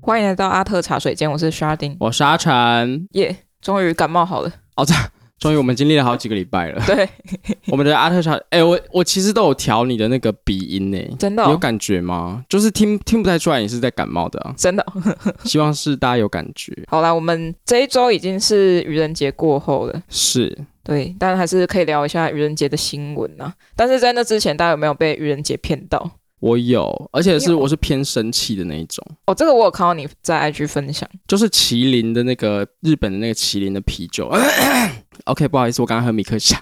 欢迎来到阿特茶水间，我是 Sharding。我沙尘，耶、终于感冒好了。 终于我们经历了好几个礼拜了。对，我们的阿特茶，哎、我我其实都有调你的那个鼻音呢、真的你哦、，有感觉吗？就是听听不太出来你是在感冒的、啊 真的哦、希望是大家有感觉。好啦，我们这一周已经是愚人节过后了，是，对，但还是可以聊一下愚人节的新闻啊。但是在那之前，大家有没有被愚人节骗到？我有，而且你是有我是偏生气的那一种，哦，这个我有看到你在 IG 分享，就是麒麟的那个日本的那个麒麟的啤酒。OK，不好意思，我刚刚喝米克夏。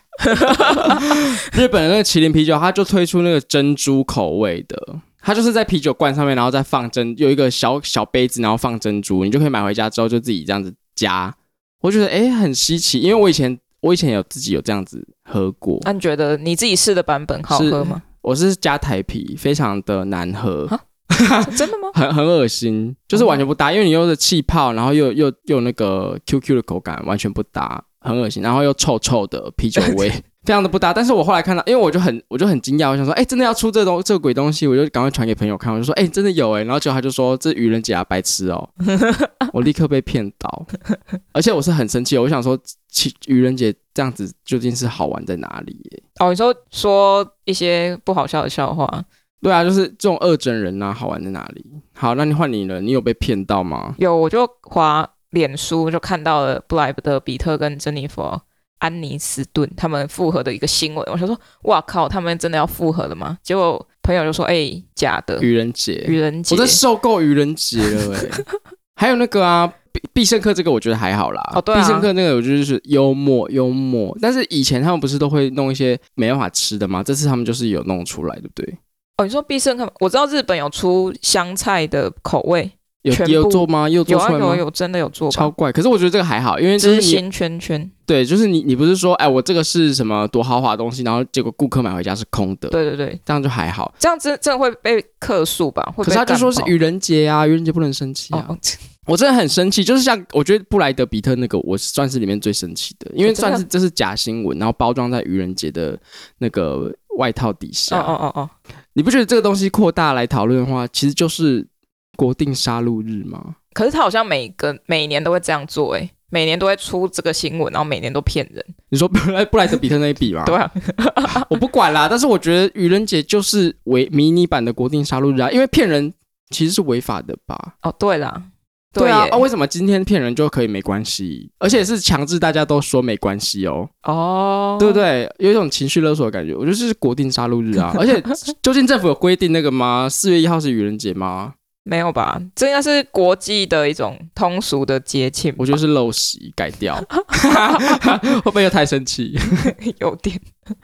日本的那个麒麟啤酒，它就推出那个珍珠口味的，它就是在啤酒罐上面，然后再放珍，有一个小小杯子，然后放珍珠，你就可以买回家之后就自己这样子加。我觉得诶很稀奇，因为我以前我以前有自己有这样子喝过，那、你觉得你自己试的版本好喝吗？ 我是加台啤，非常的难喝啊，真的吗？很很恶心，就是完全不搭，因为你又是气泡，然后又又又那个 QQ 的口感，完全不搭，很恶心，然后又臭臭的啤酒味，非常的不搭。但是我后来看到，因为我就很我就很惊讶，我想说，哎、真的要出这东这个鬼东西，我就赶快传给朋友看，我就说，哎、真的有哎、然后结果他就说这愚人节啊，白痴哦、我立刻被骗到，而且我是很生气，哦我想说，其愚人节这样子究竟是好玩在哪里、耶哦，你说说一些不好笑的笑话，对啊，就是这种恶整人啊，好玩在哪里？好，那你换你了，你有被骗到吗？有我就滑脸书就看到了布莱德比特跟珍妮佛安妮斯顿他们复合的一个新闻，我想说，哇靠，他们真的要复合了吗？结果朋友就说，哎、假的，愚人节，愚人节我真受够愚人节了哎、 还有那个啊，必必胜客这个我觉得还好啦。哦对啊必胜客那个我觉得就是幽默幽默，但是以前他们不是都会弄一些没办法吃的吗？这次他们就是有弄出来，对不对？哦，你说必胜客吗，我知道日本有出香菜的口味，有全部也有做吗？也有有做啊出来有吗？啊有，真的有做超吧？怪，可是我觉得这个还好，因为就是知你心圈圈，对，就是你你不是说哎我这个是什么多豪华的东西，然后结果顾客买回家是空的，对对对，这样就还好。这样真真的会被客诉吧？会可被是他就干说是爆愚人节啊，愚人节不能生气啊。哦哦，我真的很生气，就是像我觉得布莱德比特那个，我算是里面最生气的，因为我哦真的算是这是假新闻，然后包装在愚人节的那个外套底哦下。哦哦哦，你不觉得这个东西扩大来讨论的话，其实就是国定杀戮日吗？可是他好像每个每年都会这样做、欸，每年都会出这个新闻，然后每年都骗人，你说布 莱布莱德比特那一笔吗？对，啊，我不管啦，但是我觉得愚人节就是为迷你版的国定杀戮日啊，因为骗人其实是违法的吧？哦对啦，啊耶，啊，为什么今天骗人就可以没关系，而且是强制大家都说没关系哦？哦，对不对？有一种情绪勒索的感觉，我觉得这是国定杀戮 日啊！而且，究竟政府有规定那个吗？四月一号是愚人节吗？没有吧？这应该是国际的一种通俗的节庆吧， 我觉得是陋习，改掉， 会不会又太生气？有点。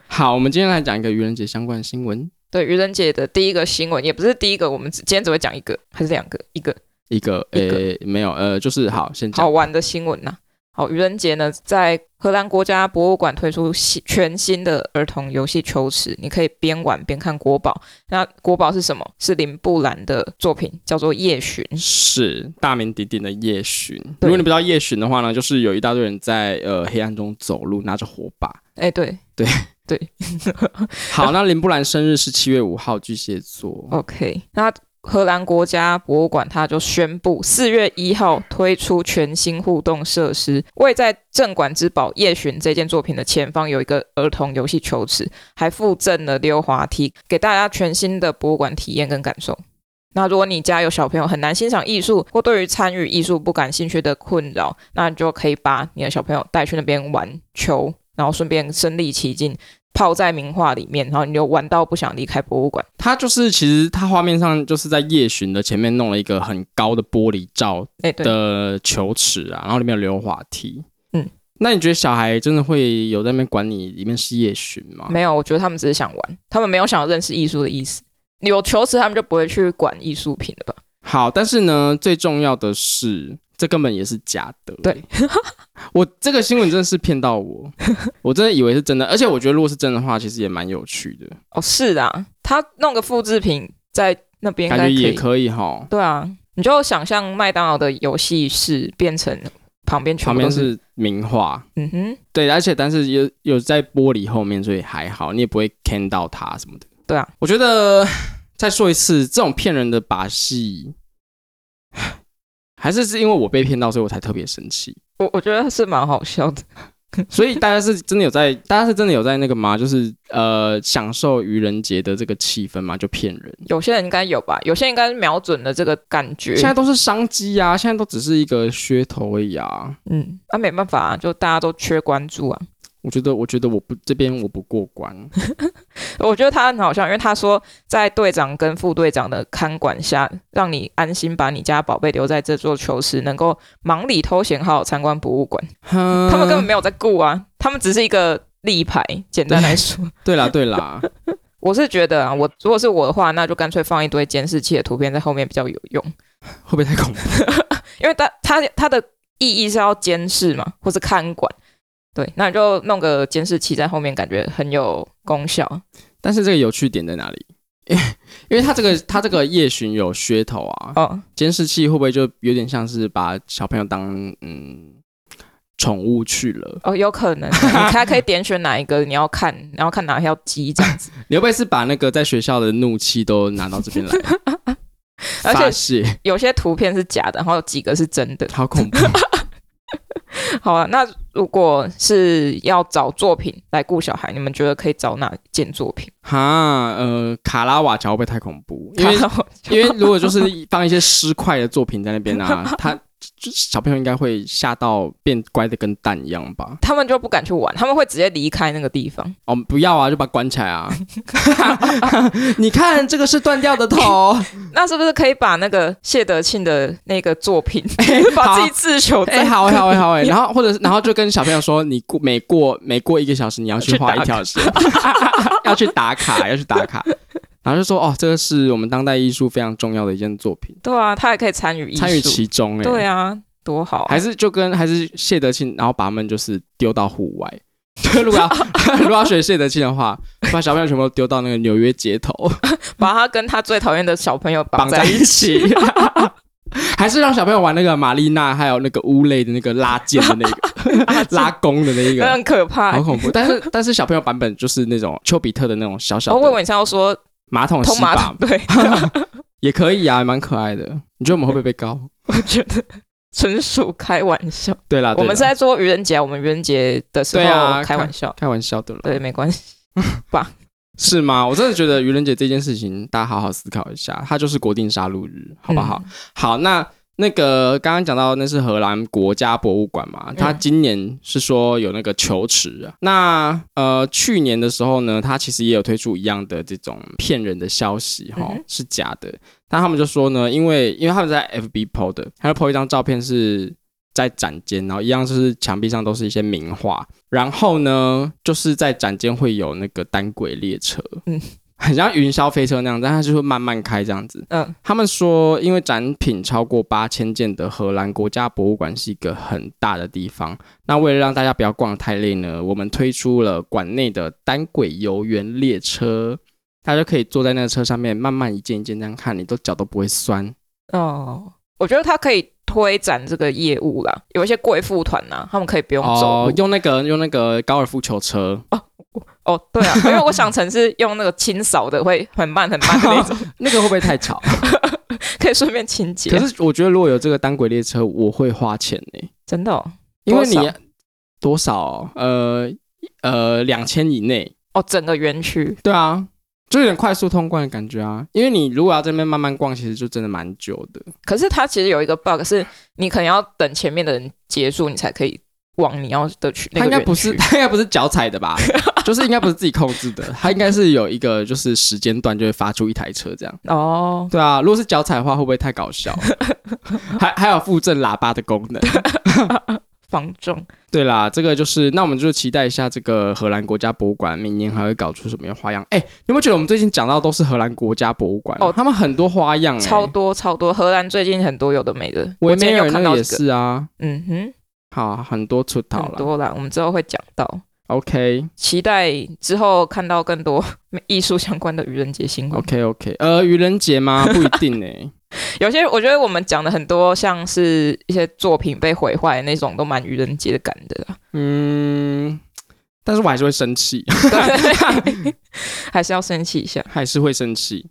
好，我们今天来讲一个愚人节相关的新闻，对愚人节的第一个新闻，也不是第一个，我们只今天只会讲一个还是两个，一个一个一个呃没有呃，就是好先好讲，玩的新闻呐、好，愚人节呢，在荷兰国家博物馆推出新全新的儿童游戏球池，你可以边玩边看国宝。那国宝是什么？是林布兰的作品，叫做《夜巡》。是大名鼎鼎的夜巡。对如果你不知道夜巡的话呢，就是有一大堆人在呃黑暗中走路，拿着火把。哎，对对对好，那林布兰生日是七月五号，巨蟹座。 ，OK。那荷兰国家博物馆它就宣布，四月一号推出全新互动设施，为在镇馆之宝《夜巡》这件作品的前方有一个儿童游戏球池，还附赠了溜滑梯，给大家全新的博物馆体验跟感受。那如果你家有小朋友很难欣赏艺术，或对于参与艺术不感兴趣的困扰，那你就可以把你的小朋友带去那边玩球，然后顺便身临其境，泡在名画里面，然后你就玩到不想离开博物馆。它就是其实它画面上就是在夜巡的前面弄了一个很高的玻璃罩哎，对，的球池啊，然后里面有溜滑梯。嗯，那你觉得小孩真的会有在那边管你里面是夜巡吗？没有，我觉得他们只是想玩，他们没有想要认识艺术的意思。有球池，他们就不会去管艺术品了吧？好，但是呢，最重要的是，这根本也是假的。对， 我这个新闻真的是骗 到我，我真的以为是真的，而且我觉得如果是真的话，其实也蛮有趣的，哦，是啊，他弄个复制品在那边应感该觉可也以。可以哈。对啊，你就想象麦当劳的游戏室变成旁边全旁部边都是，是名画，嗯哼，对，而且但是有有在玻璃后面，所以还好，你也不会看到它什么的。对啊，我觉得再说一次，这种骗人的把戏，还是是因为我被骗到，所以我才特别生气。我我觉得是蛮好笑的。所以大家是真的有在，大家是真的有在那个吗？就是呃，享受愚人节的这个气氛嘛，就骗人。有些人应该有吧，有些人应该瞄准了这个感觉。现在都是商机啊，现在都只是一个噱头而已啊。嗯，那、没办法、啊，就大家都缺关注啊。我觉得，我觉得我不这边我不过关，我觉得他很好笑，因为他说在队长跟副队长的看管下，让你安心把你家宝贝留在这座球池，能够忙里偷闲，好好参观博物馆。他他们根嗯本没有在顾啊，他们只是一个立牌。简单来说， 对啦对啦，我是觉得啊，我如果是我的话，那就干脆放一堆监视器的图片在后面比较有用，会不会太恐怖？因为他他他的意义是要监视嘛，或是看管。对，那你就弄个监视器在后面，感觉很有功效。但是这个有趣点在哪里？ 因为他这个他这个夜巡有噱头啊，哦，监视器会不会就有点像是把小朋友当嗯宠物去了？哦，有 可能，你还可以点选哪一个你要看，然后看哪一条鸡这样 子。你会不会是把那个在学校的怒气都拿到这边来 而且发泄？有些图片是假的，然后有几个是真的。好恐怖！好啊，那如果是要找作品来顾小孩，你们觉得可以找哪件作品？哈，呃，卡拉瓦乔会不会太恐怖？因为因因为如果就是放一些尸块的作品在那边啊，他就小朋友应该会吓到变乖的跟蛋一样吧？他们就不敢去玩，他们会直接离开那个地方。哦，不要啊，就把它关起来啊！ 你看这个是断掉的 头，那是不是可以把那个谢德庆的那个作 品， 把自己自求哎、在好哎、好哎、好哎、然后或者是然后就跟小朋友说，你过每过每过一个小时，你要去画一条 线， 要去打卡，要去打卡，然后就说哦，这个是我们当代艺术非常重要的一件作品，对啊，他也可以参与艺术，参与其中哎、对啊，多好啊、还是就跟还是谢德庆，然后把他们就是丢到户 外。就如果要 如果要学谢德庆的话，把小朋友全部都丢到那个纽约街头，把他跟他最讨厌的小朋友绑在在一起， 还是让小朋友玩那个玛丽娜，还有那个乌类的那个拉箭的 那个拉弓的那一那 个，很可怕、啊好恐怖。但是但是小朋友版本就是那种丘比特的那种小小哦，我以的为你是要说马桶通吸马哦把 桶，，对， 也可以啊，蛮可爱的。你觉得我们会不会被告？我觉得纯属开玩笑。啊对啦，对啦我们是在做愚人节，我们愚人节的时对啊候开玩笑，开玩笑的了，对，没关系。是吗？我真的觉得愚人节这件事情，大家好好思考一下，它就是国定杀戮日，好嗯不好？好，那那个刚刚讲到那是荷兰国家博物馆嗯嘛，它今年是说有那个球池啊。那呃，去年的时候呢，它其实也有推出一样的这种骗人的消息，哈、嗯哼是假的。那他们就说呢，因为因为他们在 FB PO 的，他就 PO 一张照片是在展间，然后一样就是墙壁上都是一些名画，然后呢，就是在展间会有那个单轨列车，嗯嗯，很像云霄飞车那样，但它就会慢慢开这样子。嗯他们说，因为展品超过八千件的荷兰国家博物馆是一个很大的地方，那为了让大家不要逛得太累呢，我们推出了馆内的单轨游园列车，大家就可以坐在那个车上面，慢慢一件一件这样看，你都脚都不会酸。哦，我觉得他可以推展这个业务啦，有一些贵妇团呐，他们可以不用走哦路，。用那个用那个高尔夫球车，哦对啊， 因为我想成是用那个清扫的，会很慢很啊慢的那种， 那个会不会太吵？可以顺便清洁 可。是我觉得如果有这个单轨列车，我会花钱呢、真的哦，因为你多少多少呃呃两千以内，哦整个园区对啊，就有点快速通关的感觉啊。因为你如果要这边慢慢逛，其实就真的蛮久的。可是它其实有一个 bug，是你可能要等前面的人结束，你才可以往你要的去。那个它应该园不是， 区它应该不是脚踩 的吧？就是应该不是自己控制的，它应该是有一个就是时间段就会发出一台车这样。哦，对啊，如果是脚踩的话，会不会太 搞笑？还还有附赠喇叭的功能。防重。对啦，这个就是，那我们就期待一下这个荷兰国家博物馆明年还会搞出什么样花样。哎、你有没有觉得我们最近讲到都是荷兰国家博物馆啊？哦他们很多花样、欸，超多超多，荷兰最近很多有的没的，维我今梅天尔有看那到个也几个是啊，嗯哼，好，很多出逃很了。多啦，我们之后会讲到， OK 期待之后看到更多艺术相关的愚人节新闻。 OK OK，呃，愚人节吗？ 不一定哎、有些我觉得我们讲的很多，像 是一些作品被毁坏的那种，都蛮愚人节的感的啦。嗯，但是我还是会生气， 对， 还是要生气一下。还是会生气。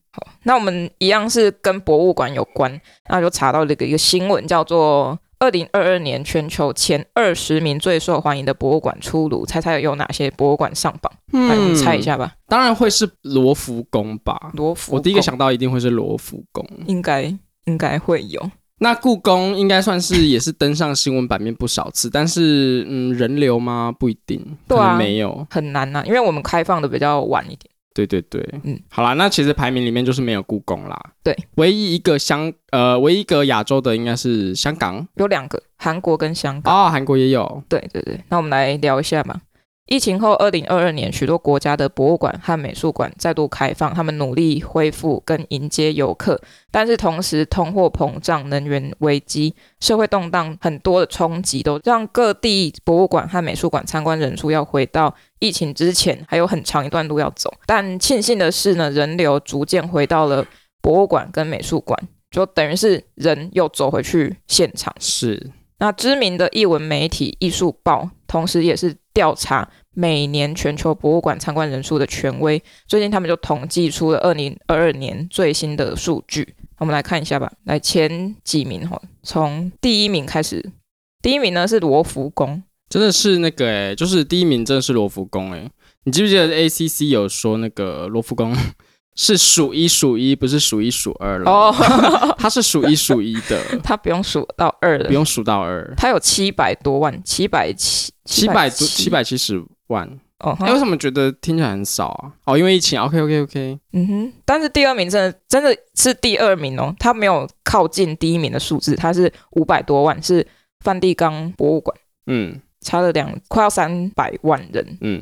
那我们一样是跟博物馆有关，那就查到了一个一个新闻，叫做“二零二二年全球前二十名最受欢迎的博物馆出炉”，猜猜有哪些博物馆上榜？嗯来，我们嗯猜一，下吧。哎当然会是罗浮宫吧。罗浮，我第一个想到一定会是罗浮宫。应该应该会有，那故宫应该算是也是登上新闻版面不少次，但是嗯，人流吗？不一定，对啊可能没有。很难啊呐、因为我们开放的比较晚一点。对对对，嗯嗯，好啦，那其实排名里面就是没有故宫啦。对，唯一一个香呃，唯一一个亚洲的应该是香港有两个，韩国跟香港。哦，韩国也有。对对对，那我们来聊一下吧。疫情后，二零二二年，许多国家的博物馆和美术馆再度开放，他们努力恢复跟迎接游客，但是同时通货膨胀、能源危机、社会动荡很多的冲击，都让各地博物馆和美术馆参观人数要回到疫情之前，还有很长一段路要走。但庆幸的是呢，人流逐渐回到了博物馆跟美术馆，就等于是人又走回去现场。是，那知名的译文媒体《艺术报》，同时也是调查每年全球博物馆参观人数的权威，最近他们就统计出了二零二二年最新的数据。我们来看一下吧，来前几名哈，从第一名开始，第一名呢是罗浮宫，真的是那个哎、就是第一名真的是罗浮宫哎、你记不记得 ACC 有说那个罗浮宫 是数一数一，不是数一数二了？哦， 它是数一数一的， 它不用数到二不了，用数到二，它有七百多万，七百七，七百多七七百七十万。哦，哎、为什么觉得听起来很少啊？哦，因为疫情。OK OK OK，嗯哼，但是第二名真的真的是第二名哦，他没有靠近第一名的数字，他是五百多万，是梵蒂冈博物馆，嗯差了两快要三百万人。嗯，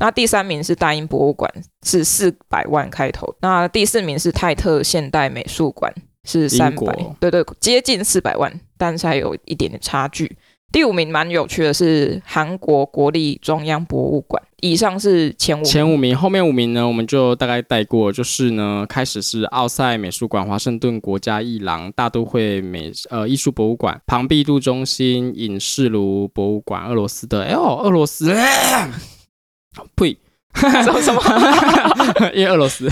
那第三名是大英博物馆，是四百万开头。那第四名是泰特现代美术馆，是三英百国，对对，接近四百万，但是还有一点点差距。第五名蛮有趣的是韩国国立中央博物馆。以上是前五名前五名，后面五名呢，我们就大概带过。就是呢，开始是奥赛美术馆、华盛顿国家艺廊、大都会美呃艺术博物馆、庞毕度中心、影视卢博物馆、俄罗斯的哎呦，俄罗斯，哎呸， 什么什么因为俄罗斯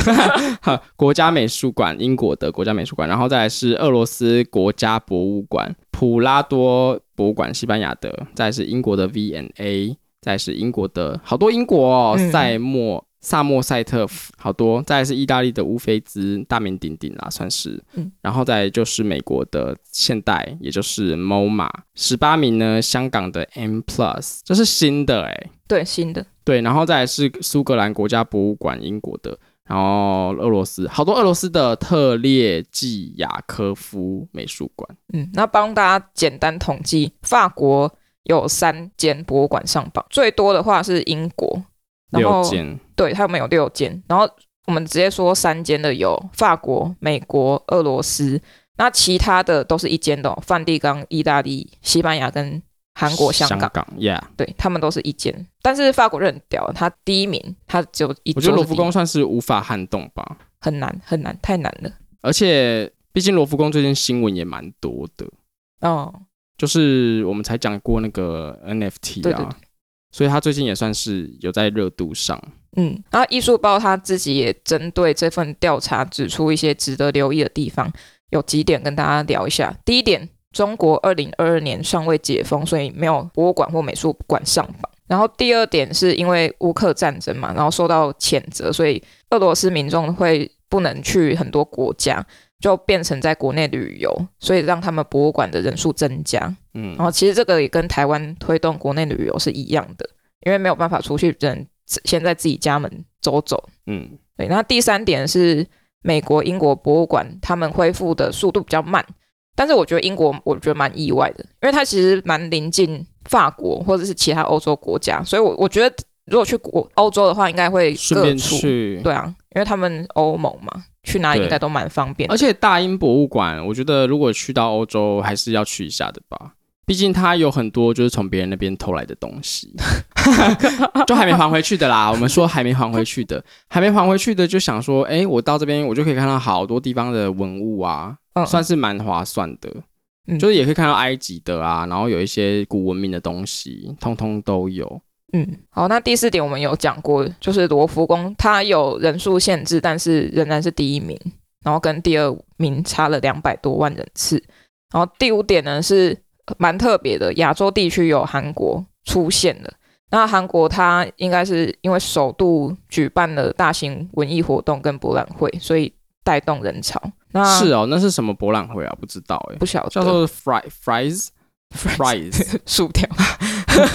好国家美术馆，英国的国家美术馆，然后再来是俄罗斯国家博物馆、普拉多博物馆，西班牙的，再来是英国的 V&A，再来是英国的好多英国哦，嗯塞莫。萨默塞特夫好多，再来是意大利的乌菲兹、大名鼎鼎啦，算是，嗯然后再来就是美国的现代，也就是 MoMA，十八名呢，香港的 M Plus，这是新的哎、对新的对，然后再来是苏格兰国家博物馆，英国的，然后俄罗斯好多俄罗斯的特列季亚科夫美术馆，嗯，那帮大家简单统计，法国有三间博物馆上榜，最多的话是英国，然六后间，对，他们有六间，然后我们直接说三间的有法国、美国、俄罗斯，那其他的都是一间的、哦，梵蒂冈、意大利、西班牙跟韩国、香香港， ，Yeah，对他们都是一间，但是法国人很屌，他第一名，他只有一我觉座是得第罗一，浮宫算是无法撼动吧，很难很难，太难了，而且毕竟罗浮宫最近新闻也蛮多的，哦，就是我们才讲过那个 NFT 啊，对对对所以它最近也算是有在热度上，嗯，然后艺术报他自己也针对这份调查指出一些值得留意的地方，有几点跟大家聊一下。第一点，中国二零二二年尚未解封，所以没有博物馆或美术馆上榜。然后第二点是因为乌克战争嘛，然后受到谴责，所以俄罗斯民众会不能去很多国家，就变成在国内旅游，所以让他们博物馆的人数增加。嗯然，后其实这个也跟台湾推动国内旅游是一样的，因为没有办法出去，只能自先在自己家门走走。嗯，对，那第三点是美国、英国博物馆他们恢复的速度比较慢，但是我觉得英国我觉得蛮意外的，因为它其实蛮临近法国或者是其他欧洲国家，所以我我觉得如果去国欧洲的话，应该会顺各便处去，对啊，因为他们欧盟嘛，去哪里对应该都蛮方便的而且大英博物馆，我觉得如果去到欧洲，还是要去一下的吧。毕竟它有很多就是从别人那边偷来的东 西，就还没还回去的啦。我们说还没还回去的， 还没还回去的就想说，哎、我到这边我就可以看到好多地方的文物啊，嗯算是蛮划算的。嗯就是也可以看到埃及的啊，然后有一些古文明的东西，通通都有。嗯，好，那第四点我们有讲过，就是罗浮宫它有人数限制，但是仍然是第一名，然后跟第二名差了两百多万人次。然后第五点呢是蛮特别的，亚洲地区有韩国出现了。那韩国它应该是因为首度举办了大型文艺活动跟博览会，所以带动人潮。那是哦，那是什么博览会啊？不知道哎、不晓得叫做 fry fries Friends fries， 薯条，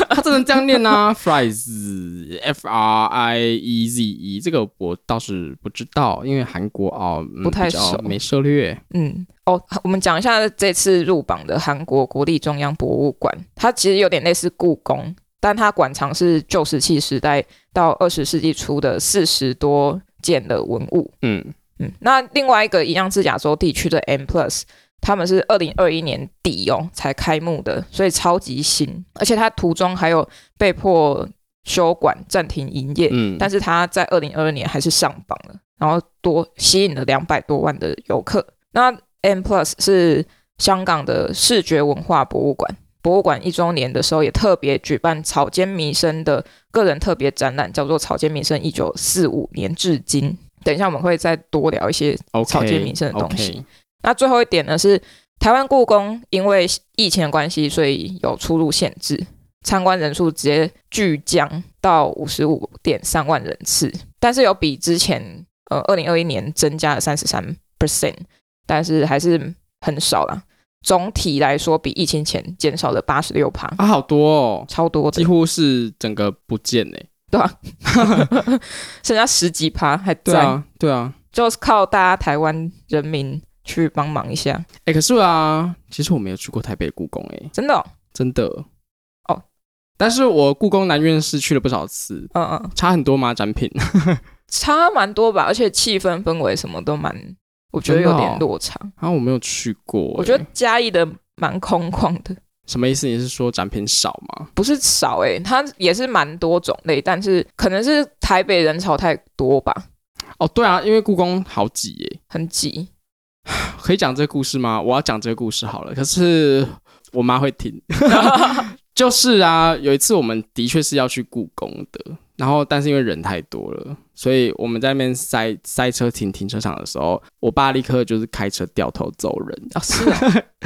他真的这样念 啊 fries f r i e z e，这个我倒是不知道，因为韩国哦、嗯不太比较熟没涉略。嗯，哦，我们讲一下这次入榜的韩国国立中央博物馆，它其实有点类似故宫，但它馆藏是旧石器时代到二十世纪初的四十多件的文物。嗯，嗯，那另外一个一样是亚洲地区的 M Plus，他们是二零二一年底哦才开幕的，所以超级新，而且它途中还有被迫休馆暂停营业，嗯，但是它在二零二二年还是上榜了，然后多吸引了两百多万的游客。那 M Plus 是香港的视觉文化博物馆，博物馆一周年的时候也特别举办草间弥生的个人特别展览，叫做《草间弥生一九四五年至今》。等一下我们会再多聊一些 OK，草间弥生的 OK 东西。那最后一点呢是，台湾故宫因为疫情的关系，所以有出入限制，参观人数直接巨降到五十五点三万人次，但是有比之前呃二零二一年增加了三十三 percent，但是还是很少啦。总体来说，比疫情前减少了八十六趴，啊，好多哦，超多的几，乎是整个不见哎、对吧、 剩下十几趴还对在，啊，对啊，就是靠大家台湾人民去帮忙一下，哎、可是啊，其实我没有去过台北故宫哎、真的哦、真的哦。但是我故宫南院是去了不少次，嗯嗯。差很多吗？展品 差蛮多吧，而且气氛氛围什么都蛮，我觉得有点落差。啊，我没有去过欸、我觉得嘉义的蛮空旷的，什么意思？你是说展品少吗？不是少诶、它也是蛮多种类，但是可能是台北人潮太多吧，哦，对啊，因为故宫好挤欸耶、很挤。可以讲这个故事吗？我要讲这个故事好了，可是我妈会听。 就是啊，有一次我们的确是要去故宫的，然后但是因为人太多了，所以我们在那边塞塞车停停车场的时候，我爸立刻就是开车掉头走人，哦，是啊，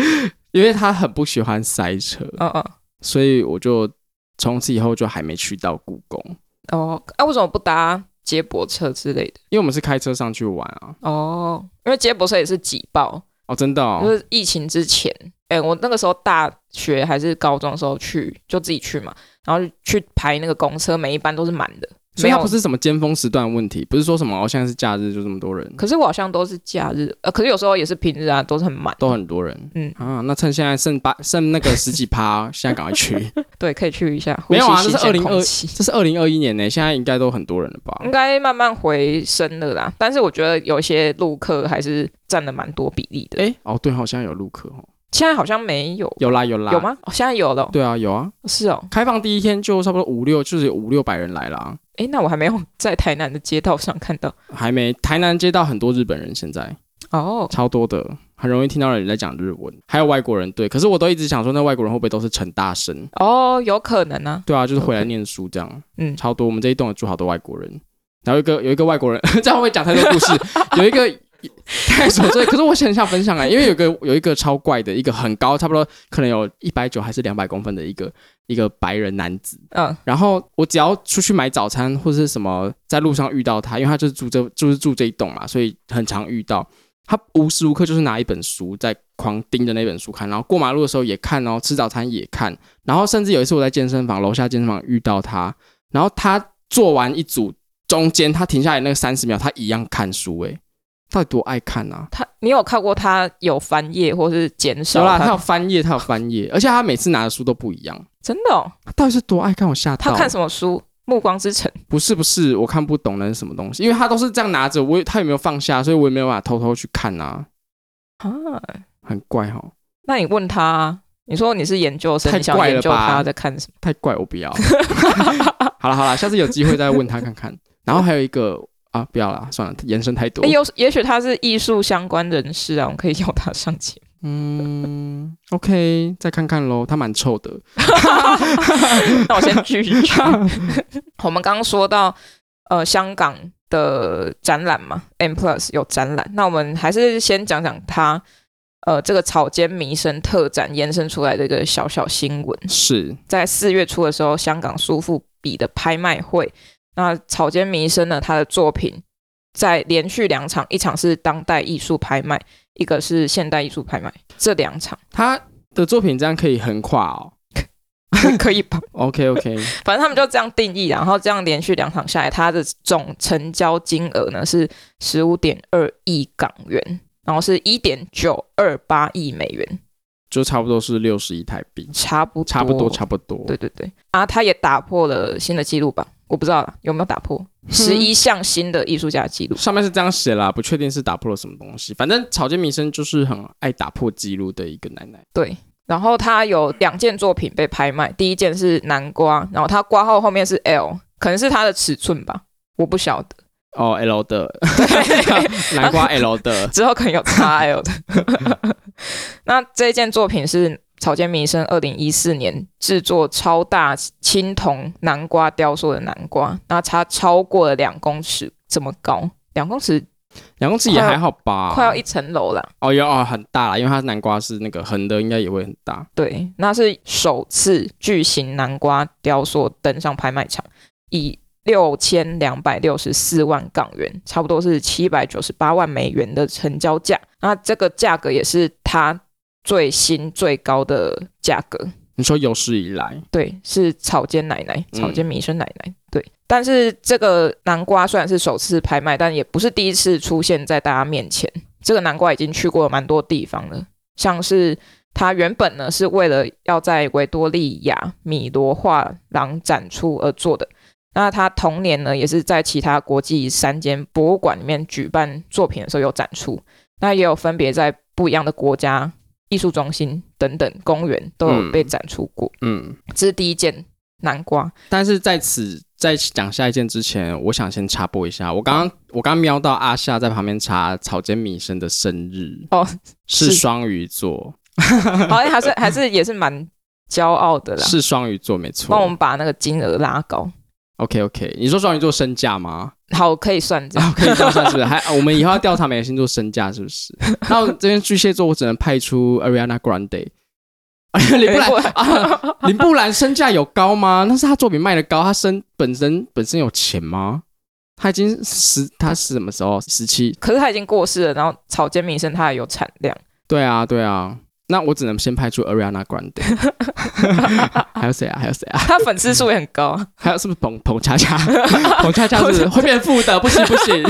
因为他很不喜欢塞车，嗯嗯，所以我就从此以后就还没去到故宫，哦，哎、为什么不搭接驳车之类的？因为我们是开车上去玩啊。哦，因为接驳车也是挤爆，哦，真的哦就，是疫情之前，哎、我那个时候大学还是高中的时候去，就自己去嘛，然后就去排那个公车，每一班都是满的，所没以它有不是什么尖峰时段的问题，不是说什么哦，现在是假日就这么多人，可是我好像都是假日，呃，可是有时候也是平日啊，都是很满，都很多人。嗯啊，那趁现在剩八剩那个十几趴， 现在赶快去。对，可以去一下。没有啊呼吸这是新鲜2022空气这是二零二一年呢，现在应该都很多人了吧应？该慢慢回升了啦。但是我觉得有些路客还是占了蛮多比例的。哎，哦，对哦，好像有陆客哦，现在好像没有，有啦有啦，有？吗？哦，现在有了哦，对啊，有啊。是哦。开放第一天就差不多五六，就是有五六百人来啦。诶，那我还没有 在台南的街道上看到。还没，台南街道很多日本人，现在哦，超多的，很容易听到有人在讲日文，还有外国人。对，可是我都一直想说，那外国人会不会都是陈大生？哦，有可能啊。对啊，就是回来念书这样，嗯超多。我们这一栋有住好多外国人，然后有一个有一个外国人， 这样会不会讲太多故事？有一个太琐碎，可是我很想分享啊、因为有一个有一个超怪的，一个很高，差不多可能有一百九还是两百公分的一个一个白人男子。嗯，然后我只要出去买早餐或是什么，在路上遇到他，因为他就是住这就是住这一栋嘛，所以很常遇到。他无时无刻就是拿一本书在狂盯着那本书看，然后过马路的时候也看哦，吃早餐也看，然后甚至有一次我在健身房楼下健身房遇到他，然后他做完一组，中间他停下来那个三十秒，他一样看书、诶，到底多爱看啊！他，你有看过他有翻页或是减有少啦，它？他有翻页，他有翻页，而且他每次拿的书都不一样，真的哦，他到底是多爱看？我吓到他了。看什么书？《暮光之城》不是不是，我看不懂那是什么东西，因为他都是这样拿着，我也他也没有放下，所以我也没有办法偷偷去看啊，啊？很怪哦哈，那你问他啊，你说你是研究生，太你想怪了研究吧他在看什么？太怪，我不要。 好了好了，下次有机会再问他看看。然后还有一个啊，哎不要啦，算了，延伸太多 诶。有，也许他是艺术相关人士啊，我们可以邀他上节目。嗯，OK，再看看喽，它蛮臭的。那我先继续讲。 我们刚刚说到呃香港的展览嘛，M Plus 有展览，那我们还是先讲讲它呃这个草间弥生特展延伸出来的一个小小新闻。是，在四月初的时候，香港苏富比的拍卖会，那草间弥生呢，他的作品在连续两场，一场是当代艺术拍卖，一个是现代艺术拍卖，这两场 它的作品这样可以横跨哦。可以吧？ OK OK，反正他们就这样定义，然后这样连续两场下来，它的总成交金额呢是十五点二亿港元，然后是一点九二八亿美元，就差不多是六十亿台币，差不差不多差不多。对对对，啊，他也打破了新的纪录吧？我不知道啦，有没有打破十一项新的艺术家纪录？上面是这样写啦，不确定是打破了什么东西。反正草间弥生就是很爱打破记录的一个奶奶。对，然后他有两件作品被拍卖，第一件是南瓜，然后他挂号后面是 L，可能是它的尺寸吧，我不晓得。 哦，L 的对，哦南瓜 L 的，之后可能有 XL 的。 那这件作品是草间弥生二零一四年制作超大青铜南瓜雕塑的南瓜，那它超过了两公尺这么高，两公尺两公尺也还好吧，快要一层楼了。哦有哦很大啦，因为它南瓜是那个横的，应该也会很大。对，那是首次巨型南瓜雕塑登上拍卖场，以六千两百六十四万港元，差不多是七百九十八万美元的成交价。那这个价格也是它最新最高的价格。你说有史以来，对，是草间奶奶，嗯草间弥生奶奶。对，但是这个南瓜虽然是首次拍卖，但也不是第一次出现在大家面前。这个南瓜已经去过蛮多地方了，像是它原本呢是为了要在维多利亚米罗画廊展出而做的。那它同年呢，也是在其他国际三间博物馆里面举办作品的时候有展出，那也有分别在不一样的国家艺术中心等等公园都有被嗯展出过。嗯，这是第一件南瓜，但是在此在讲下一件之前，我想先插播一下，我刚刚我刚瞄到阿夏在旁边查草间弥生的生日哦，是是双鱼座，好像还是还是也是蛮骄傲的啦。是双鱼座没帮我错。们把那个金额拉高， OK OK，你说双鱼座身价吗？好，可以算 这样。啊，可以调查是不是？还啊我们以后要调查每个星座身价是不 是？那我这边巨蟹座，我只能派出 Ariana Grande。林哎布兰林啊，林布兰身价有高吗？那是他作品卖的高，他身本身本身有钱吗？他已经十，他是什么时候？十七？可是他已经过世了，然后草间弥生他也有产 量，对啊，对啊。那我只能先派出 Ariana Grande。还有谁啊？还有谁啊？他粉丝数也很高啊。还有是不是彭彭恰 恰？彭恰恰是不是会变负的，不行不行。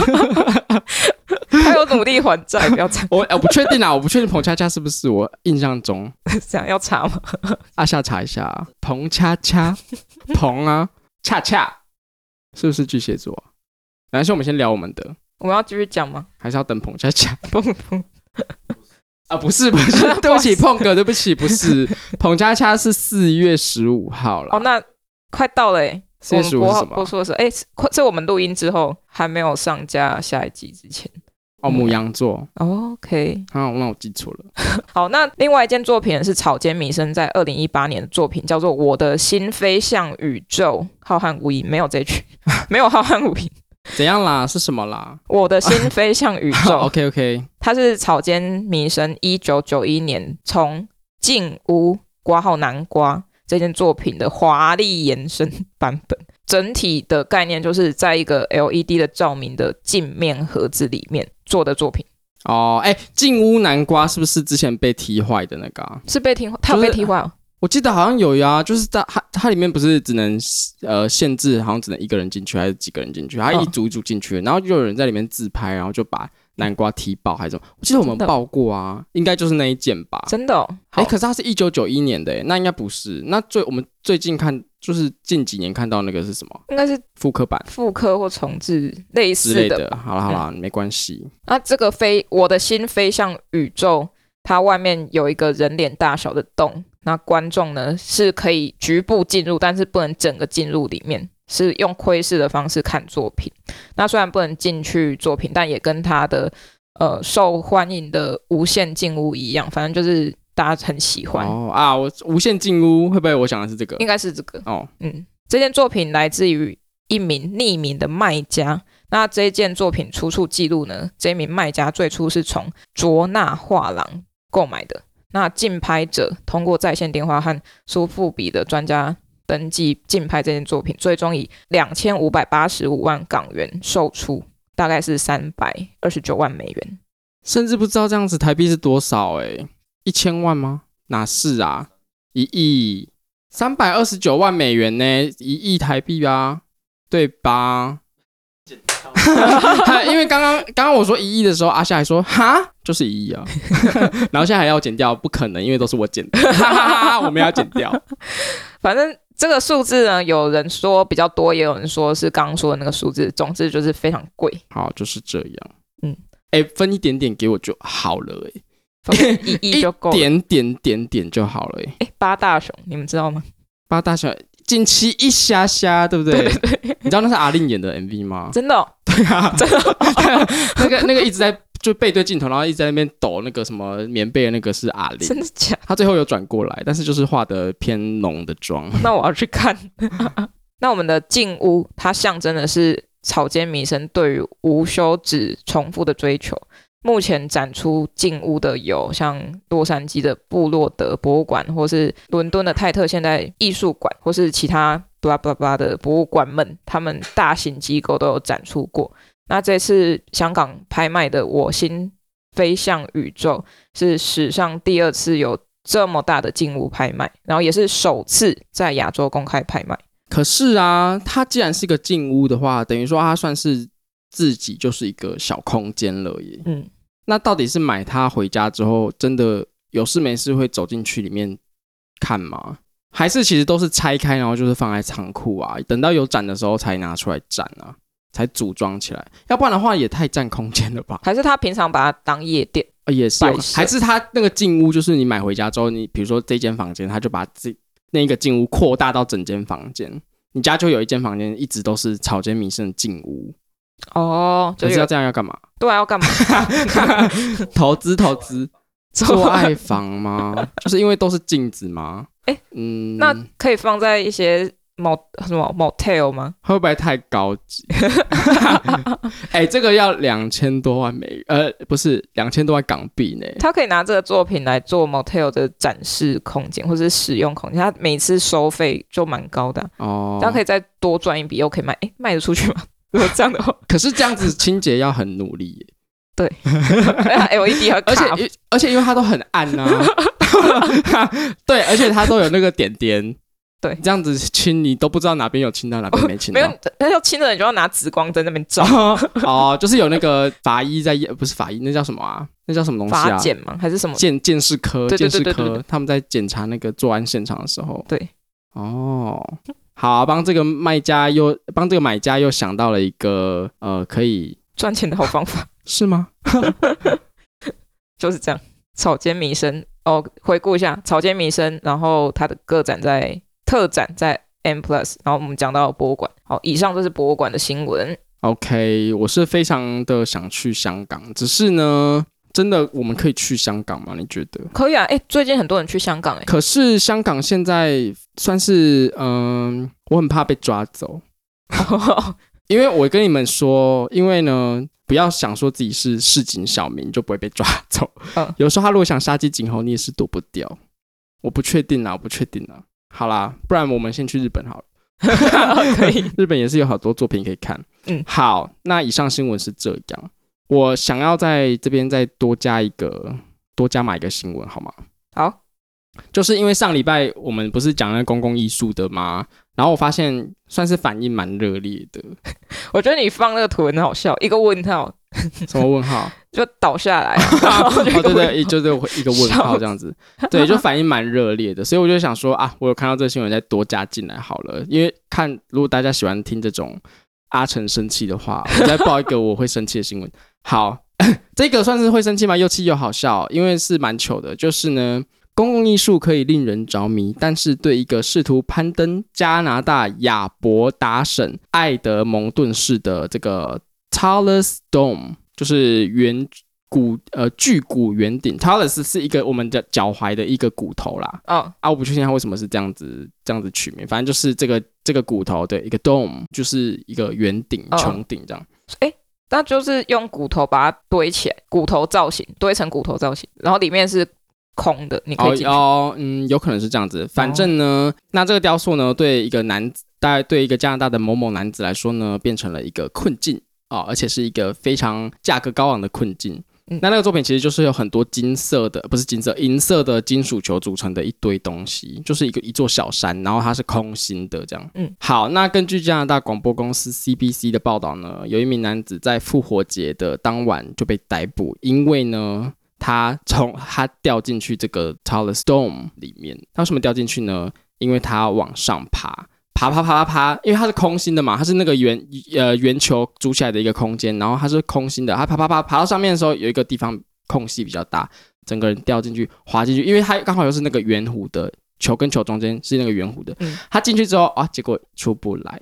他有努力还债，不要这样我我不确定啊，我不确定彭恰恰是不是我印象中。这样要查吗？阿夏查一下啊，彭恰 恰，彭啊，恰恰，是不是巨蟹座、啊？男生，我们先聊我们的，我们要继续讲吗？还是要 等彭恰恰不不，啊？不是不是， 对不起，碰哥，对不起，不是 彭恰恰是四月十五号哦，了。那快到了诶。四我月们十五是播什播么？出的时候，哎，是快是我们录音之后还没有上架下一集之前。哦，母羊座。 OK，啊，那我记错了。好，那另外一件作品是草间弥生在二零一八年的作品，叫做《我的心飞向宇宙》，浩瀚无垠，没有这句， 没有浩瀚无垠，怎样啦？是什么啦哦我的心飞向 宇宙， ？OK OK，它是草间弥生一九九一年从静屋挂号南瓜这件作品的华丽延伸版本。整体的概念就是在一个 LED 的照明的镜面盒子里面做的作品，哦，哎，进屋南瓜是不是之前被踢坏的那个、啊？是被听，它有被就是听坏、哦，我记得好像有呀，就是它它它里面不是只能呃限制，好像只能一个人进去还是几个人进去，它一嗯组一组进去，然后就有人在里面自拍，然后就把南瓜踢爆还是什么？我记得我们哦真的爆过啊，应该就是那一件吧。真的、哦。好哎、可是它是一九九一年的、诶那应该不是。那最我们最近看就是近几年看到那个是什么应该是复刻版复刻或重置类似之类的嗯的？好啦好啦，没关系。那这个飞，我的心飞向宇宙，它外面有一个人脸大小的洞，那观众呢是可以局部进入，但是不能整个进入里面，是用窥视的方式看作品。那虽然不能进去作品，但也跟它的呃受欢迎的《无限进屋》一样，反正就是大家很喜欢，哦啊，我无限进屋会不会我想的是这个应？该是这个。哦，嗯，这件作品来自于一名匿名的卖家。那这件作品出处记录呢？这名卖家最初是从卓纳画廊购买的。那竞拍者通过在线电话和苏富比的专家登记竞拍这件作品，最终以两千五百八十五万港元售出，大概是三百二十九万美元。甚至不知道这样子台币是多少哎、一千万吗？哪是啊，一亿三百二十九万美元呢、一亿台币啊，对吧？ 因为刚刚刚刚我说一亿的时候，阿夏还说哈就是一亿啊， 然后现在还要剪掉，不可能，因为都是我剪的， 哈哈哈哈我们要剪掉。反正这个数字呢，有人说比较多，也有人说是刚刚说的那个数字。总之就是非常贵。好，就是这样。嗯，哎、分一点点给我就好了、欸，反正一亿就够一了。点点点点就好了、欸，哎，八大熊，你们知道吗？八大小近期一虾虾，对不对？你知道那是阿令演的 MV 吗？真的、哦，对啊，真的，那个那个一直在就背对镜头，然后一直在那边抖那个什么棉被，的那个是阿令。真的假的？ 他最后有转过来，但是就是化的偏浓的妆。那我要去看。 那我们的进屋，它象征的是草间弥生对于无休止重复的追求。目前展出进屋的有像洛杉矶的布洛德博物馆，或是伦敦的泰特现代艺术馆，或是其他巴拉巴拉巴拉的博物馆们，他们大型机构都有展出过。那这次香港拍卖的《我心飞向宇宙》是史上第二次有这么大的进屋拍卖，然后也是首次在亚洲公开拍卖。可是啊，它既然是个进屋的话，等于说它算是自己就是一个小空间了耶。嗯，那到底是买它回家之后，真的有事没事会走进去里面看吗？还是其实都是拆开，然后就是放在仓库啊，等到有展的时候才拿出来展啊，才组装起来？要不然的话也太占空间了吧？还是他平常把它当夜店，呃也是有，摆设还是它那个进屋就是你买回家之后，你比如说这间房间，他就把这那个进屋扩大到整间房间，你家就有一间房间一直都是草间弥生的进屋，哦，就可是有要这样要干嘛？对啊，要干嘛？ 投资投资。做爱房吗？ 就是因为都是镜子吗？诶嗯，那可以放在一些某什么 motel 吗？会不会太高级？ 哎、这个要两千多万美元，呃，不是两千多万港币呢。他可以拿这个作品来做 motel 的展示空间或者是使用空间，他每次收费就蛮高的啊，哦这，样可以再多赚一笔，又可以卖，诶，卖得出去吗？ 如果这样的 话，可是这样子清洁要很努力耶，哎 LED 和而且 E 卡，因而且因为它都很暗呐、 对，而且它都有那个点点， 对哦这样子清你都不知道哪边有清到哪边没清没到。有，那要亲的人就要拿紫光灯那边照。 哦，就是有那个法医在，不是法医，那叫什么啊？那叫什么东西法啊？检吗？还是什么？鉴鉴识科，哦对对鉴识对对对科，他们在检查那个作案现场的时候，对，哦，好啊、帮这个卖家又帮这个买家又想到了一个呃，可以赚钱的好方法是吗？ 就是这样。草间弥生哦，回顾一下草间弥生，然后他的个展在特展在 M Plus，然后我们讲到博物馆。好，以上就是博物馆的新闻。 OK，我是非常的想去香港，只是呢，真的我们可以去香港吗？你觉得？可以啊，哎，最近很多人去香 港哎，可是香港现在算是嗯、我很怕被抓走，因为我跟你们说，因为呢，不要想说自己是市井小民就不会被抓走。嗯有时候他如果想杀鸡儆猴，你也是躲不掉。我不确定啦，我不确定啦。好啦，不然我们先去日本好了。可以。日本也是有好多作品可以看。嗯好，那以上新闻是这样。我想要在这边再多加一个，多加买一个新闻好吗？好，就是因为上礼拜我们不是讲那公共艺术的吗？然后我发现算是反应蛮热烈的。我觉得你放那个图很好笑，一个问号什么问号？就倒下 来，然后哦，就一个对问对，就是一个问号这样子，对，就反应蛮热烈的，所以我就想说啊，我有看到这个新闻，再多加进来好了，因为看如果大家喜欢听这种阿成生气的话，我再报一个我会生气的新闻。好， 这个算是会生气吗？又气又好笑，哦因为是蛮糗的，就是呢。公共艺术可以令人着迷，但是对一个试图攀登加拿大亚伯达省爱德蒙顿市的这个 Tallest Dome，就是圆骨呃距骨圆顶 （talus） 是一个我们的脚踝的一个骨头啦。哦，啊，我不确定它为什么是这样子这样子取名，反正就是这个这个骨头对一个 dome，就是一个圆顶哦穹顶这样。那就是用骨头把它堆起来，骨头造型堆成骨头造型，然后里面是空的，你可哦以进去。哦，嗯，有可能是这样子。反正呢，那这个雕塑呢，对一个男子，大概对一个加拿大的某某男子来说呢，变成了一个困境啊、哦而且是一个非常价格高昂的困境。嗯那那个作品其实就是有很多金色的，不是金色，银色的金属球组成的一堆东西，就是一个一座小山，然后它是空心的这样。嗯，好，那根据加拿大广播公司 CBC 的报道呢，有一名男子在复活节的当晚就被逮捕，因为呢他从他掉进去这个 Tallest Dome 里面，他为什么掉进去呢？因为他往上爬，爬爬爬爬爬，因为它是空心的嘛，它是那个圆呃圆球组起来的一个空间，然后它是空心的，它爬爬爬爬到上面的时候，有一个地方空隙比较大，整个人掉进去滑进去，因为它刚好又是那个圆弧的球跟球中间是那个圆弧的嗯，它进去之后啊，结果出不来。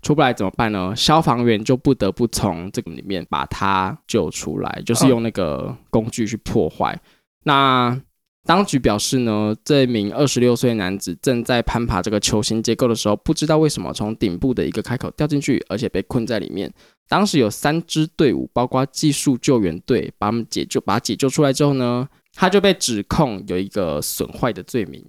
出不来怎么办呢？消防员就不得不从这个里面把它救出来，就是嗯用那个工具去破坏。那当局表示呢，这名二十六岁男子正在攀爬这个球形结构的时候，不知道为什么从顶部的一个开口掉进去，而且被困在里面。当时有三支队伍，包括技术救援队，把他们解救，把他解救出来之后呢，他就被指控有一个损坏的罪名。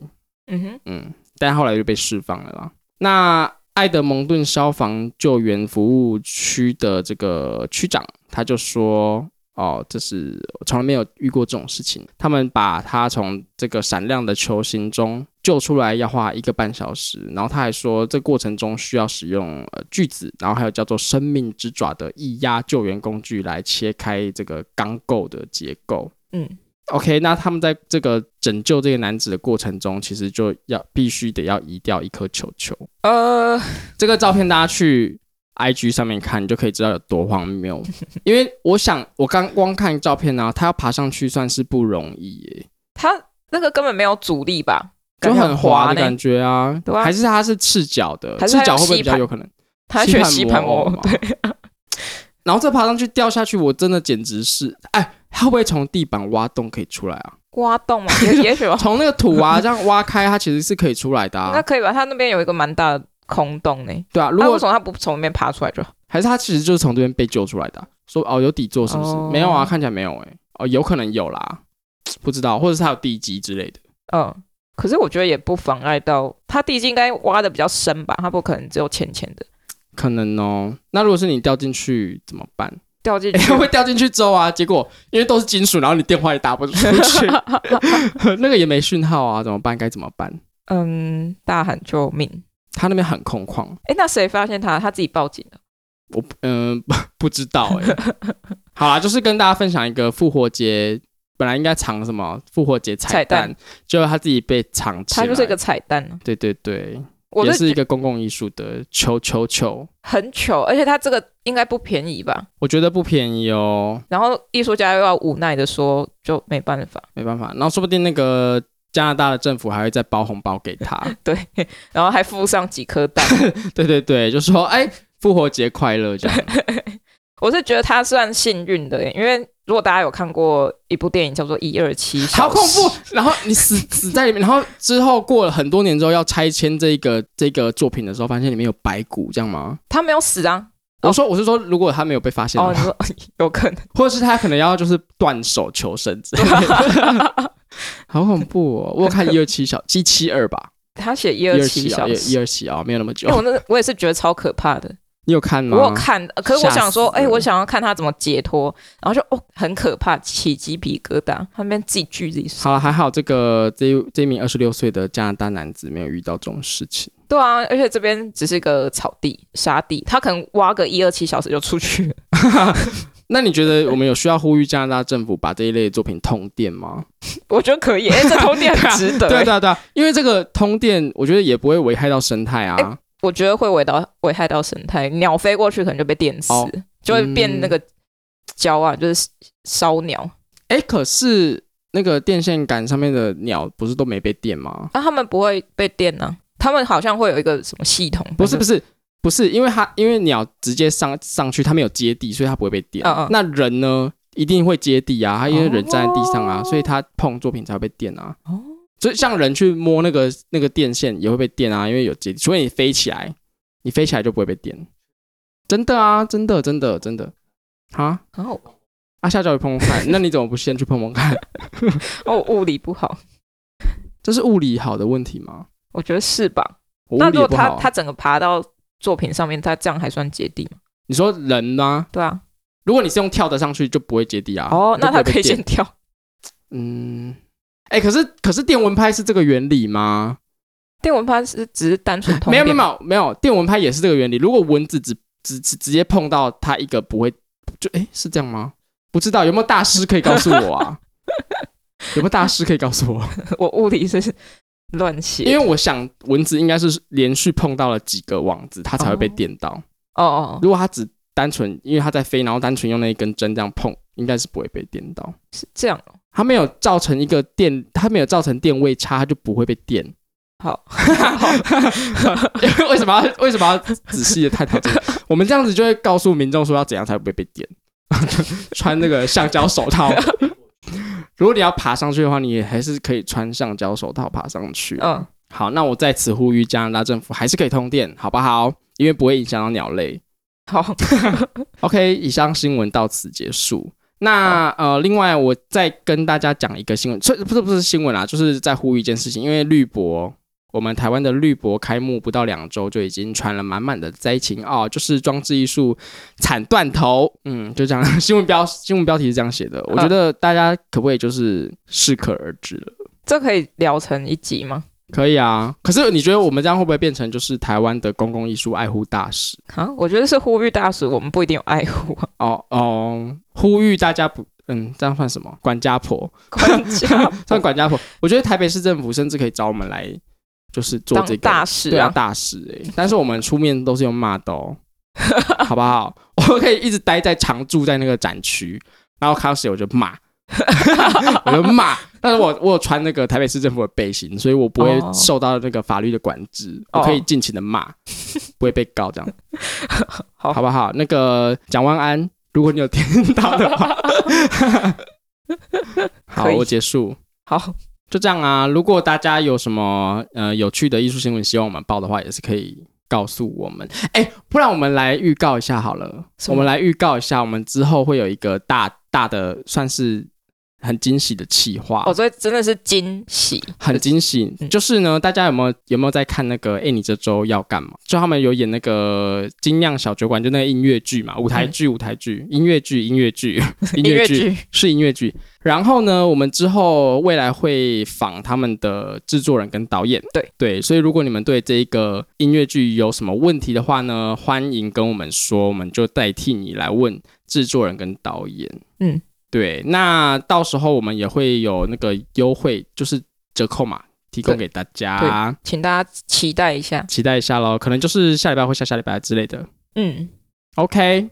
嗯哼，嗯，但后来就被释放了啦。那埃德蒙顿消防救援服务区的这个区长，他就说：“哦，这是从来没有遇过这种事情。他们把他从这个闪亮的球形中救出来，要花一个半小时。然后他还说，这过程中需要使用呃锯子，然后还有叫做生命之爪的液压救援工具来切开这个钢构的结构。嗯 OK，那他们在这个拯救这个男子的过程中，其实就要必须得要移掉一颗球球。呃，这个照片大家去 IG 上面看，你就可以知道有多荒谬。因为我想，我刚光看照片呢、啊，他要爬上去算是不容易耶，它那个根本没有阻力吧？就感觉很滑呢的感觉啊。对啊还是他是赤脚的，还是赤它脚会不会吸比较盘有可能？他学吸盘魔魔偶偶 嘛，对，然后再爬上去掉下去，我真的简直是，哎，他会不会从地板挖洞可以出来啊？，挖洞嘛，也也许吧 从那个土 啊这样挖开，它其实是可以出来的啊。那可以吧？它那边有一个蛮大的空洞呢，对啊，如那果为什么它不从里面爬出来就好？还是他其实就是从这边被救出来的啊、说哦有底座是不是？哦没有啊，看起来没有哎、哦有可能有啦，不知道，或者是他有地基之类的。嗯，可是我觉得也不妨碍到它地基应该挖的比较深吧，它不可能只有浅浅的可能哦，那如果是你掉进去怎么 办？掉进 欸、去。会掉进去之后啊，结果因为都是金属，然后你电话也打不 出去，那个也没讯号啊，怎么办？该怎么办？嗯，大喊救命！他那边很空旷，哎，那谁发现他？他自己报警了。我不嗯、 不不知道哎、好啦，就是跟大家分享一个复活节，本来应该藏什么复活节彩彩蛋蛋，结果他自己被藏起来，他就是一个彩蛋啊。对对对，我也就是一觉得个公共艺术的球球球，很糗，而且他这个应该不便宜吧？我觉得不便宜哦，然后艺术家又要无奈的说，就没办法。没办法。然后说不定那个加拿大的政府还会再包红包给 他，对，然后还附上几颗蛋。对对对，就说哎，复活节快乐这 样。我是觉得他算幸运的耶，因为如果大家有看过一部电影叫做《一二七》，好恐怖！然后你死死在里面，然后之后过了很多年之后要拆迁这个这个作品的时候，发现里面有白骨，这样吗？他没有死啊。哦我说我是说，如果他没有被发现的哦，话，你说 有可能？或者是他可能要就是断手求生之类 的，好恐怖哦！我有看一二七小七七二吧，他写一一二二七七啊，小一时。二七啊，没有那么久因为。我那我也是觉得超可怕的，你有看我吗？有看，呃可是我想说，吓死哎、了我想要看他怎么解脱，然后就哦，很可怕，起鸡皮疙瘩，他那边自己锯自己手。好了，还好这个这一这一名二十六岁的加拿大男子没有遇到这种事情。对啊，而且这边只是个草地、沙地，他可能挖个一二七小时就出去了。 那你觉得我们有需要呼吁加拿大政府把这一类的作品通电吗？我觉得可以，哎、这通电很值 得、对啊哎对啊对啊，因为这个通电，我觉得也不会危害到生态啊。哎我觉得会危到危害到生态，鸟飞过去可能就被电死，哦嗯就会变那个焦啊，就是烧鸟。哎、可是那个电线杆上面的鸟不是都没被电吗？那、啊、他们不会被电呢、他们好像会有一个什么系统，不是不是，是不是，因为它因为鸟直接上上去，它没有接地，所以它不会被电。嗯嗯那人呢？一定会接地啊，他因为人站在地上啊，所以他碰作品才会被电啊。哦所以像人去摸那个那个电线也会被电啊，因为有接地，除非你飞起来，你飞起来就不会被电。真的啊，真的，真的，真的啊！然后啊，下脚也碰碰看， 那你怎么不先去碰碰看？哦，物理不好，这是物理好的问题吗？我觉得是吧？我那物如理果也不他好啊。他整个爬到作品上面，他这样还算接地吗？你说人吗？对啊，如果你是用跳的上去，就不会接地啊。哦，你那他就不会被可以电先跳，嗯，哎、可是可是电蚊拍是这个原理吗？电蚊拍是只是单纯通没有没电有没有没有，电蚊拍也是这个原理。如果蚊子只只只直接碰到它一个不会，就哎、是这样吗？不知道有没有大师可以告诉 我啊？有没有大师可以告诉我？我物理是乱写，因为我想蚊子应该是连续碰到了几个网子，它才会被哦电到。哦哦哦如果它只单纯因为它在飞，然后单纯用那一根针这样碰，应该是不会被电到。是这样哦，它没有造成一个电，它没有造成电位差，它就不会被电。好， 为什么要为什么要仔细的探讨这个？我们这样子就会告诉民众说要怎样才不会被电， 穿那个橡胶手套。如果你要爬上去的话，你还是可以穿橡胶手套爬上去。嗯，好，那我在此呼吁加拿大政府还是可以通电，好不好？因为不会影响到鸟类。好， OK，以上新闻到此结束。那呃，另外我再跟大家讲一个新闻，所以不是不是新闻啦，啊就是在呼吁一件事情，因为绿博，我们台湾的绿博开幕不到两周就已经传了满满的灾情哦，就是装置艺术惨断头，嗯，就这样， 新闻标新闻标题是这样写的，我觉得大家可不可以就是适可而止了？这可以聊成一集吗？可以啊，可是你觉得我们这样会不会变成就是台湾的公共艺术爱护大使？啊，我觉得是呼吁大使，我们不一定有爱护 啊，哦哦，呼吁大家不，嗯，这样算什么？管家婆。管 家算管家婆。我觉得台北市政府甚至可以找我们来，就是做当这个大使对啊啊， 大使哎、但是我们出面都是用骂的哦，好不好？我可以一直待在常驻在那个展区，然后看到谁我就 骂，我就骂。但是我我有穿那个台北市政府的背心，所以我不会哦受到那个法律的管制，哦我可以尽情 的骂，不会被告这样。好好不好？那个蒋万安，如果你有听到的 话，好，可以我结束。好，就这样啊。如果大家有什么呃有趣的艺术新闻，希望我们报的话，也是可以告诉我们。哎，不然我们来预告一下好了，什么我们来预告一下，我们之后会有一个大大的，算是很惊喜的企划。我这哦真的是惊喜，很惊喜，嗯就是呢，大家有没有有没有在看那个？哎、你这周要干嘛？就他们有演那个《精酿小酒馆》，就那个音乐剧嘛，舞台剧、舞台剧、音乐剧、音乐剧、嗯 音音乐乐剧，剧，是音乐剧。然后呢，我们之后未来会访他们的制作人跟导演。对对，所以如果你们对这一个音乐剧有什么问题的话呢，欢迎跟我们说，我们就代替你来问制作人跟导演。嗯，对。那到时候我们也会有那个优惠，就是折扣码提供给大家，请大家期待一下，期待一下喽。可能就是下礼拜或下下礼拜之类的。嗯。 OK，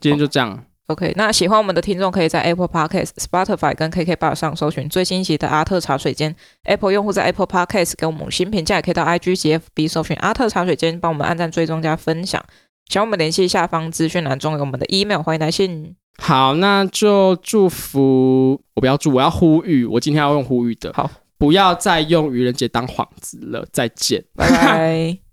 今天就这样。 OK，那喜欢我们的听众可以在 Apple Podcast、Spotify 跟 KK Bar 上搜寻最新一期的阿特茶水间。Apple 用户在 Apple Podcast 给我们五星评价，也可以到 IG 及 FB 搜寻阿特茶水间，帮我们按赞、追踪、加分享。想要我们联系，下方资讯栏中有我们的 email，欢迎来信。好，那就祝福我不要祝，我要呼吁，我今天要用呼吁的。好，不要再用愚人节当幌子了，再见。 拜拜。